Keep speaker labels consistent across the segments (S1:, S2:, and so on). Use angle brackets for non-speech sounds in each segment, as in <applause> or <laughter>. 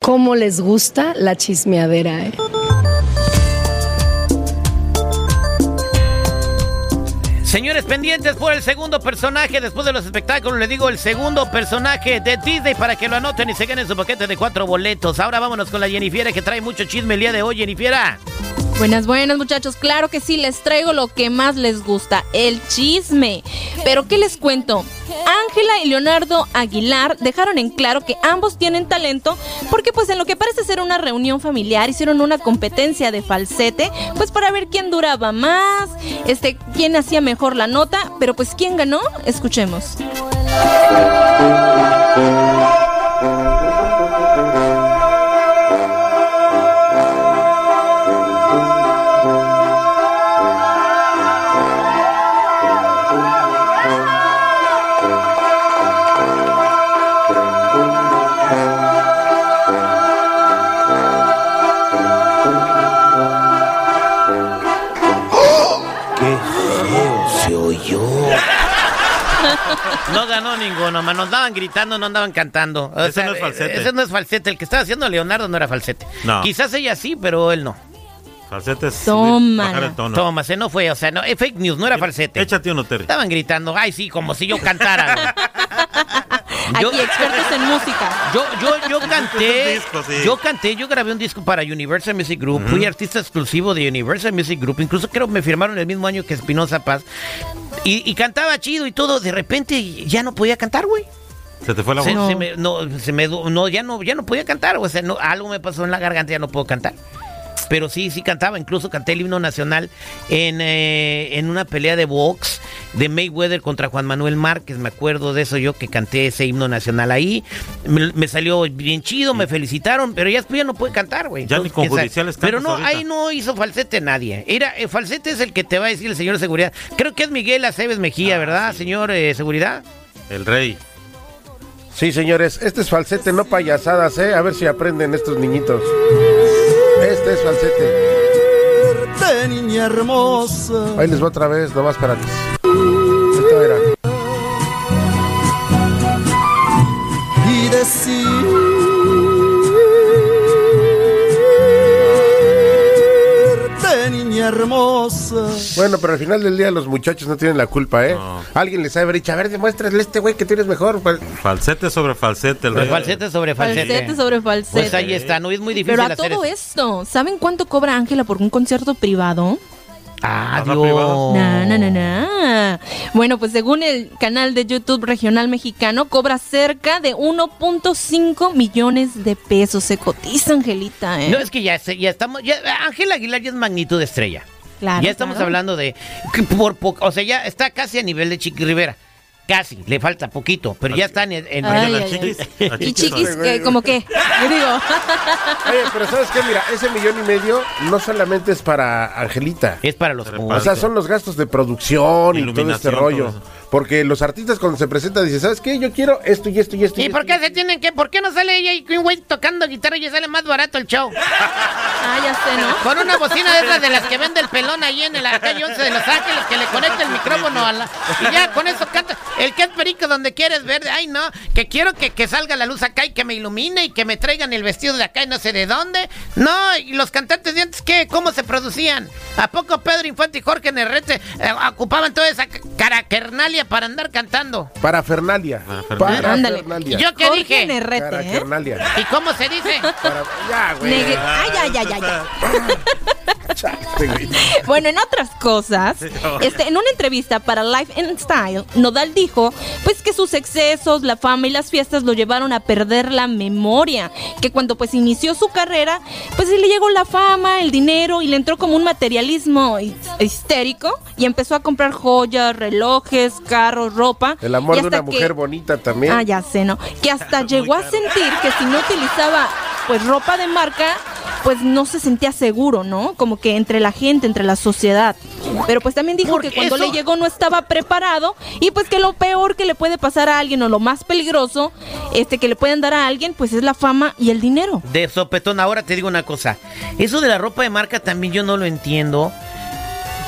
S1: cómo les gusta la chismeadera. ¿eh?
S2: Señores pendientes por el segundo personaje después de los espectáculos. Les digo el segundo personaje de Disney para que lo anoten y se ganen su paquete de cuatro boletos. Ahora vámonos con la Jennifiera que trae mucho chisme el día de hoy, Jennifiera.
S3: Buenas, buenas muchachos. Claro que sí, les traigo lo que más les gusta, el chisme. Pero ¿qué les cuento? Ángela y Leonardo Aguilar dejaron en claro que ambos tienen talento porque pues en lo que parece ser una reunión familiar hicieron una competencia de falsete pues para ver quién duraba más, este, quién hacía mejor la nota, pero pues quién ganó, escuchemos.
S2: No ganó ninguno, man. Nos andaban gritando, no andaban cantando. O
S4: Ese no es falsete.
S2: Ese no es falsete. El que estaba haciendo Leonardo no era falsete.
S4: No.
S2: Quizás ella sí, pero él no.
S4: Falsete es
S3: Tómala.
S4: bajar el tono.
S2: Toma, se no fue. O sea, no, eh, fake news, no era falsete.
S4: Échate uno, Terry.
S2: Estaban gritando, ay, sí, como si yo cantara. güey. Yo-
S3: Aquí expertos en música.
S2: Yo, yo, yo canté,
S4: Es un disco, sí.
S2: yo canté, yo grabé un disco para Universal Music Group, fui artista exclusivo de Universal Music Group, incluso creo que me firmaron el mismo año que Espinosa Paz, y, y cantaba chido y todo, de repente ya no podía cantar, güey.
S4: Se te fue la voz.
S2: Se,
S3: No.
S2: se me- no, se me du- no, ya no, ya no podía cantar, o sea, no, algo me pasó en la garganta, ya no puedo cantar. Pero sí, sí cantaba, incluso canté el himno nacional en, eh, en una pelea de box de Mayweather contra Juan Manuel Márquez, me acuerdo de eso yo que canté ese himno nacional ahí, me, me salió bien chido, me felicitaron, pero ya, después ya no puede cantar, güey.
S4: Ya ni
S2: Entonces,
S4: con
S2: quién sabe.
S4: judiciales
S2: Pero
S4: cantas
S2: no,
S4: ahorita.
S2: ahí no hizo falsete nadie. Era, eh, falsete es el que te va a decir el señor de seguridad. Creo que es Miguel Aceves Mejía,
S4: Ah,
S2: ¿verdad, señor eh, seguridad?
S4: El rey.
S5: Sí, señores, este es falsete, no payasadas, ¿eh? A ver si aprenden estos niñitos. Este es falsete.
S6: niña hermosa.
S5: Ahí les va otra vez, nomás para que... Esto era.
S6: y decir niña hermosa
S5: Bueno, pero al final del día los muchachos no tienen la culpa, ¿eh?
S4: No.
S5: Alguien les ha de haber dicho, a ver, demuéstrale a este güey que tú eres mejor. pues.
S4: Falsete sobre falsete, el
S2: Pues
S4: rey.
S2: falsete sobre <laughs> falsete.
S3: Falsete sobre falsete.
S2: Pues ahí está, no es muy difícil
S3: Pero a
S2: hacer
S3: todo
S2: eso.
S3: esto, ¿saben cuánto cobra Ángela por un concierto privado?
S2: Ah,
S4: Habla
S2: Dios.
S4: privado.
S3: Na, na, na, na. Bueno, pues según el canal de YouTube regional mexicano, cobra cerca de 1.5 millones de pesos. Se cotiza, Angelita, ¿eh?
S2: No, es que ya, se- ya estamos. ya- Ángel Aguilar ya es magnitud estrella.
S3: Claro,
S2: ya estamos
S3: claro.
S2: hablando de. que Por, po- o sea, ya está casi a nivel de Chiqui Rivera. Casi, le falta poquito, pero ya está en. en-
S3: Ay,
S4: Las
S3: ay,
S4: chiquis,
S3: ay.
S4: las
S3: Y
S4: chiquis
S3: chiquis,
S5: son-
S3: que, ¿como qué? Yo digo, <laughs>
S5: Oye, pero ¿sabes qué? Mira, ese millón y medio no solamente es para Angelita.
S2: es para los
S4: Se
S5: O sea, son los gastos de producción y todo
S4: Iluminación,
S5: este
S4: todo
S5: rollo.
S4: eso.
S5: Porque los artistas cuando se presentan dicen, ¿sabes qué? Yo quiero esto y esto y esto.
S2: ¿Y por
S5: esto".
S2: qué se tienen que.? ¿Por qué no sale ella y Queen Way tocando guitarra y ya sale más barato el show?
S3: ah, ya sé, ¿no?
S2: Con una bocina de esas de las que vende el pelón ahí en la calle 11 de Los Ángeles, que le conecta el micrófono a la. Y ya con eso canta. El que es perico donde quieres ver. Ay, no, que quiero que, que salga la luz acá y que me ilumine y que me traigan el vestido de acá y no sé de dónde. No, y los cantantes de antes, ¿qué? ¿Cómo se producían? ¿A poco Pedro Infante y Jorge Nerrete eh, ocupaban toda esa ca- caraquernalia para andar cantando?
S5: Para Fernalia.
S4: Parafernalia.
S5: Para
S3: Ándale.
S2: ¿Y
S5: Fernalia.
S2: yo qué
S3: Jorge
S2: dije?
S3: Negrete, ¿eh?
S2: ¿Y cómo se dice?
S5: Para... Ya, güey.
S3: Negre- Ay, ay, ay, ay, ay.
S5: Chate, güey.
S3: <laughs> Bueno, en otras cosas, este, en una entrevista para Life and Style, Nodal dijo pues que sus excesos, la fama y las fiestas lo llevaron a perder la memoria, que cuando pues inició su carrera, pues sí le llegó la fama, el dinero y le entró como un materialismo hi- histérico y empezó a comprar joyas, relojes, carros, ropa.
S5: El amor
S3: y
S5: de una
S3: hasta que-
S5: mujer bonita también.
S3: Ah, ya sé, ¿no? Que
S5: <laughs>
S3: hasta llegó a sentir que si no utilizaba pues ropa de marca, pues no se sentía seguro, ¿no? Como que entre la gente, entre la sociedad. Pero pues también dijo
S2: Porque
S3: que cuando
S2: eso-
S3: le llegó no estaba preparado y pues que lo peor que le puede pasar a alguien o lo más peligroso este que le pueden dar a alguien pues es la fama y el dinero.
S2: De sopetón, ahora te digo una cosa. Eso de la ropa de marca también yo no lo entiendo.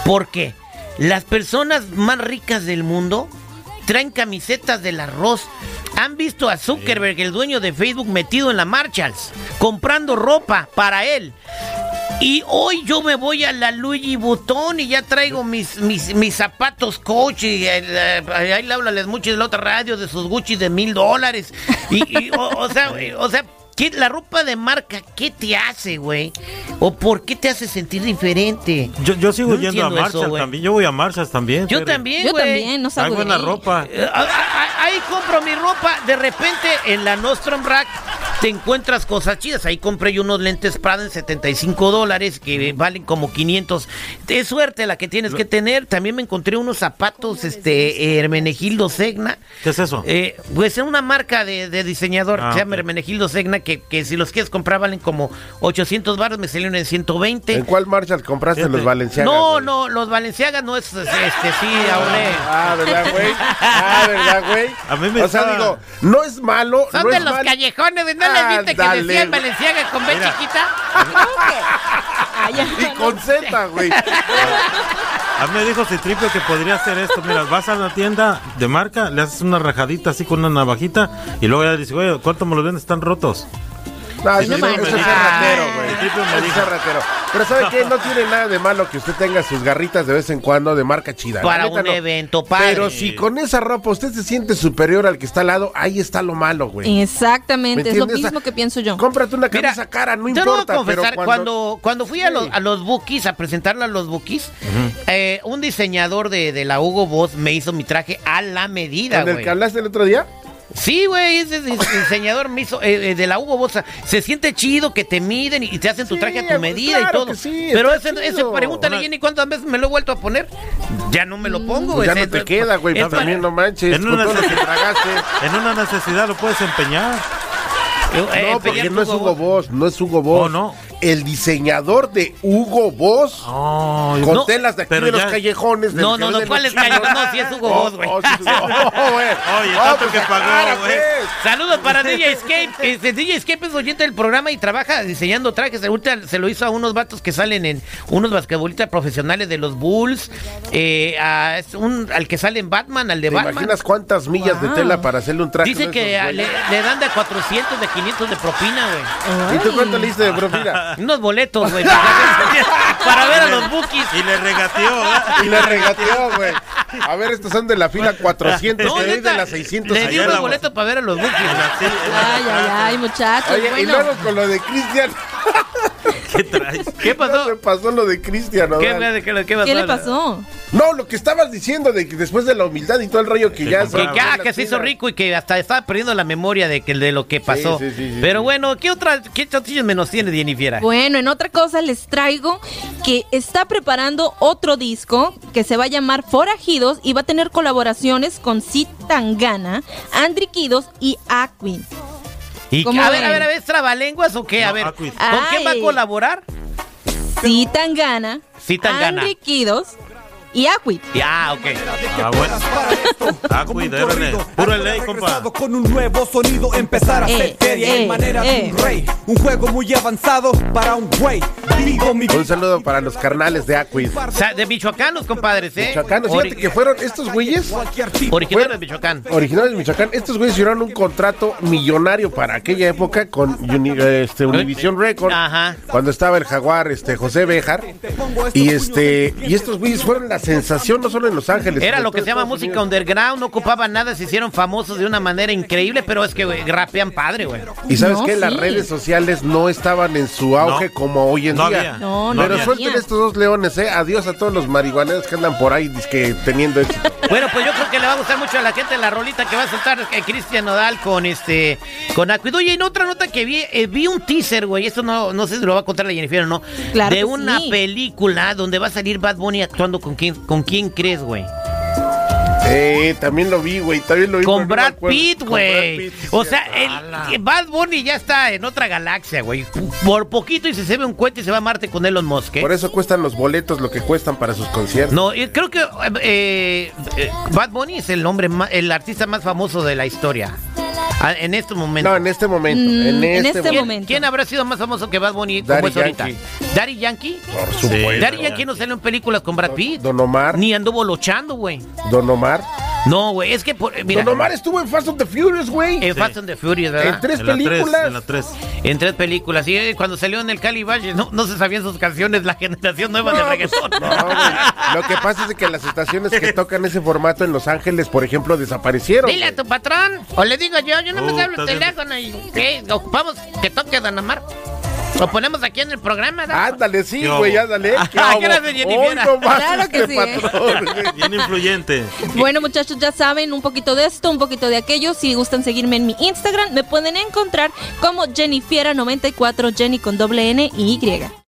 S2: Porque las personas más ricas del mundo traen camisetas del arroz ¿Han visto a Zuckerberg, el dueño de Facebook, metido en la Marshalls, comprando ropa para él? Y hoy yo me voy a la Luigi Butón y ya traigo mis, mis, mis zapatos coach y el, eh, ahí le habla a las muchas de la otra radio de sus Gucci de mil dólares. Y, y, o, o sea, güey, o sea, ¿qué- la ropa de marca, ¿qué te hace, güey? ¿O por qué te hace sentir diferente?
S4: Yo, yo sigo
S2: No
S4: yendo a
S2: entiendo eso,
S4: Marshall
S2: güey.
S4: también. Yo voy a Marshalls también.
S2: Yo
S4: Tere.
S2: también,
S3: Yo
S2: güey.
S3: también, no
S4: Hay
S3: salgo de
S4: buena
S3: ahí.
S4: ropa.
S2: Eh, a- a- a- Ahí compro mi ropa. De repente en la Nostrum Rack te encuentras cosas chidas. Ahí compré yo unos lentes Prada en 75 dólares que valen como 500. Es suerte la que tienes que tener. También me encontré unos zapatos este eh, Hermenegildo Segna.
S4: ¿Qué es eso?
S2: Eh, pues es una marca de, de diseñador
S4: Ah,
S2: que se llama
S4: ok.
S2: Hermenegildo Segna que, que si los quieres comprar valen como 800 baros, me salieron en 120.
S5: ¿En cuál Marshall compraste
S4: Fíjate.
S5: los valencianos?
S2: No, no, los Valenciagas no es este sí, ahorré.
S5: Ah, ¿verdad, güey? Ah, ¿verdad, güey?
S4: A mí me
S5: O sea,
S4: está-
S5: digo, no es malo.
S2: Son
S5: no
S2: de
S5: es
S2: los
S5: mal-
S2: callejones, güey. ¿no les viste que
S5: Ándale,
S2: decían
S5: güey.
S2: Valenciaga con B
S4: Mira.
S2: chiquita?
S3: Ay, Ah,
S5: <laughs>
S3: ya,
S5: Y con Z, güey.
S4: A mí me dijo Citripio que podría hacer esto. Mira, vas a la tienda de marca, le haces una rajadita así con una navajita y luego ya dices, oye, ¿cuánto me los vendes? Están rotos.
S5: No,
S4: Sí,
S5: eso,
S4: no
S5: es-
S4: manches.
S5: eso es ser ratero,
S2: "Ah".
S5: güey.
S4: El tipo me
S5: Eso es
S4: dijo.
S5: ser ratero. Pero ¿sabe qué? No tiene nada de malo que usted tenga sus garritas de vez en cuando de marca chida.
S2: Para
S5: La neta,
S2: un evento padre.
S5: Pero si con esa ropa usted se siente superior al que está al lado, ahí está lo malo, güey. ¿Me
S3: Exactamente, es lo
S5: entiendes?
S3: mismo que pienso yo.
S5: Cómprate una
S2: Mira,
S5: camisa cara, no
S2: yo
S5: importa.
S2: debo confesar,
S5: pero cuando...
S2: cuando, cuando fui a los, a los Bookies, a presentarlo a los Bookies, eh, un diseñador de, de la Hugo Boss me hizo mi traje a la medida,
S5: ¿Con el
S2: güey.
S5: que hablaste el otro día?
S2: Sí, güey, ese dis- diseñador me hizo eh, eh, de la Hugo Boss. Se siente chido que te miden y te hacen tu
S5: Sí,
S2: traje a tu medida
S5: claro
S2: y todo.
S5: que sí,
S2: Pero
S5: está
S2: ese, ese
S5: chido.
S2: pregúntale a
S4: Ahora-
S2: Jenny cuántas veces me lo he vuelto a poner. Ya no me lo pongo, güey.
S5: Pues ya
S2: Es-
S5: no te
S2: es-
S5: queda, güey.
S2: es
S5: Pues
S2: para-
S5: también no manches.
S4: En
S5: Con
S4: una
S5: todo lo que
S4: necesidad.
S5: tragaste.
S4: En una necesidad lo puedes empeñar.
S2: <laughs> Eh,
S5: No,
S2: eh,
S5: porque
S2: Peña
S5: no es
S2: Hugo
S5: Hugo Boss, no es Hugo Boss.
S4: Oh, no.
S5: El diseñador de Hugo Boss.
S4: Ay,
S5: Con
S4: no,
S5: telas de aquí
S4: pero
S5: de los
S4: ya-
S5: callejones. del
S2: No,
S5: que
S2: no, no,
S5: venden
S2: ¿cuáles
S5: los chinos? Oh,
S2: callejones? No, sí es Hugo Boss, güey.
S5: sí
S2: <laughs>
S5: es Hugo Boss, güey.
S4: Oye,
S5: Ah,
S4: tanto
S5: pues
S4: que pagó,
S5: aclara,
S4: güey.
S5: pues.
S2: Saludos para DJ Escape. Este, DJ Escape es oyente del programa y trabaja diseñando trajes. Ahorita se lo hizo a unos vatos que salen en unos basquetbolistas profesionales de los Bulls. eh, a- es un- al que sale en Batman, al de
S5: ¿Te
S2: Batman. Ah.
S5: imaginas cuántas millas de
S3: Wow.
S5: tela para hacerle un traje?
S2: Dice
S5: de
S2: que
S5: esos,
S2: a-
S5: güey?
S2: le, le dan de a 400, de 500 de propina,
S5: <laughs>
S2: güey.
S5: ¿Y tú cuánto le diste de propina?
S2: Unos boletos, güey.
S5: <laughs>
S2: para ver a los bookies.
S4: Y le regateó. ¿verdad?
S5: Y le regateó, güey. A ver, estos son de la fila 400, te doy
S2: neta,
S5: de las 600.
S2: le di
S4: allá
S5: ayer.
S4: la
S2: unos
S4: voz.
S2: boletos para ver a los bookies.
S5: <laughs>
S4: Así,
S3: Ay, ay, ay, muchachos.
S5: Oye, y
S3: bueno.
S5: luego con lo de Cristian.
S4: ¿Qué traes?
S2: ¿Qué
S5: <laughs> Se
S2: pasó?
S5: pasó lo de Cristian,
S2: ¿Qué,
S5: Odal.
S2: qué- qué pasó?
S3: ¿Qué le pasó?
S5: No, lo que estabas diciendo de que después de la humildad y todo el rollo que
S4: Que
S5: ya...
S4: compraba.
S2: Que,
S5: son-
S2: ah,
S5: son
S2: que
S5: las
S2: se hizo
S5: chidas.
S2: rico y que hasta estaba perdiendo la memoria de, que, de lo que pasó.
S5: sí, sí, sí,
S2: Pero
S5: sí.
S2: bueno, ¿qué otra qué chantillos menos tiene Jennifer?
S3: Bueno, en otra cosa les traigo que está preparando otro disco que se va a llamar Forajidos y va a tener colaboraciones con Sid Tangana, Andri Quidos y Aquin.
S2: Y
S3: ¿Cómo
S2: a ver,
S3: ven?
S2: a ver, a ver, ¿es trabalenguas o qué? A
S4: No,
S2: ver, ¿con
S4: Aquis.
S2: quién va a
S3: Ay.
S2: colaborar?
S3: Sid Tangana,
S2: Sid Tangana.
S3: Andri Quidos y Aquin.
S2: Ya, ok.
S4: Ah, bueno. <laughs> Ah, cuida, Erne. Puro
S6: Ángel ha
S4: ley, compa.
S6: regresado Con un nuevo sonido empezar a
S3: Eh,
S6: hacer feria
S3: eh,
S6: en manera de
S3: eh.
S6: un rey. Un juego muy avanzado para un güey. Vivo mi
S5: Un saludo para los carnales de Aquis.
S2: O sea, de Michoacán los compadres, ¿eh?
S5: Michoacanos, fíjate
S2: Ori-
S5: que fueron estos güeyes,
S6: Cualquier tipo.
S2: Originarios de Michoacán.
S5: originales de Michoacán, estos güeyes hicieron un contrato millonario para aquella época con Uni- este, Univision Records,
S2: Ajá.
S5: cuando estaba el jaguar este, José Bejar, y este y estos güeyes fueron la sensación no solo en Los Ángeles.
S2: Era
S5: sino
S2: lo
S5: en
S2: que
S5: todo
S2: se llama
S5: Estados
S2: música
S5: Unidos.
S2: underground, no ocupaban nada, se hicieron famosos de una manera increíble, pero es que güey, rapean padre, güey.
S5: Y sabes
S3: No,
S5: que las
S3: sí.
S5: redes sociales no estaban en su auge
S4: No.
S5: como hoy en
S4: No
S5: día.
S4: había.
S3: No, no
S5: Pero
S3: había.
S5: suelten estos dos leones, ¿eh? Adiós a todos los marihuaneros que andan por ahí dizque, teniendo éxito.
S2: Bueno, pues yo creo que le va a gustar mucho a la gente la rolita que va a soltar eh, Cristian Nodal con este con Acuido. Oye, en otra nota que vi, eh, vi un teaser, güey. Esto no, no sé si lo va a contar la Jennifer o no.
S3: Claro
S2: de
S3: que
S2: una
S3: sí.
S2: película donde va a salir Bad Bunny actuando con quién, con quién crees, güey.
S5: Eh, también lo vi, güey. También lo vi. pero
S2: Con
S5: no me
S2: Brad
S5: acuerdo.
S2: Pitt,
S5: Con
S2: güey.
S5: Brad Pitt, sí,
S2: O
S5: sí.
S2: sea, el- eh, Bad Bunny ya está en otra galaxia, güey. Por poquito y se se ve un cuento y se va a Marte con Elon Musk, ¿eh?
S5: Por eso cuestan los boletos lo que cuestan para sus conciertos.
S2: No, eh, creo que eh, eh, Bad Bunny es el hombre, ma- el artista más famoso de la historia. Ah, En estos momentos.
S5: No, en este momento.
S3: Mm, en
S5: en este,
S3: este
S5: momento.
S3: momento.
S2: ¿Quién, quién habrá sido más famoso que Bad Bunny como
S5: Daddy
S2: es ahorita?
S5: Yankee.
S2: ¿Daddy Yankee?
S5: Por supuesto.
S4: Sí.
S2: Daddy Yankee no salió en películas con Brad Pitt.
S5: Don Omar.
S2: Ni anduvo luchando, güey.
S5: Don Omar.
S2: No, güey, es que por, eh, mira,
S5: Don Omar estuvo en Fast and the Furious, güey.
S2: en Fast and the Furious, ¿verdad?
S5: En tres
S4: En la tres,
S5: películas.
S4: en la tres.
S2: En tres películas. Y eh, cuando salió en el Cali Valle, no, no se sabían sus canciones, la generación nueva de reggaetón.
S5: No, güey. Lo que pasa es que las estaciones que tocan ese formato en Los Ángeles, por ejemplo, desaparecieron.
S2: Dile a tu patrón, o le digo yo, yo no me
S4: Uh,
S2: hablo el
S4: estás
S2: teléfono y eh, ocupamos que toque Don Omar. Lo ponemos aquí en el programa, ¿no?
S5: Ándale, sí,
S4: Yo.
S5: güey, ándale.
S2: <laughs>
S5: ¿Qué
S2: Ah,
S5: hubo?
S2: gracias, Jennifer.
S5: Hoy no más
S3: Claro que
S5: este
S3: sí, ¿eh?
S5: patrón, güey.
S4: Bien influyente.
S3: Bueno, muchachos, ya saben un poquito de esto, un poquito de aquello. Si gustan seguirme en mi Instagram, me pueden encontrar como Jennifiera94, Jenny con doble N y Y.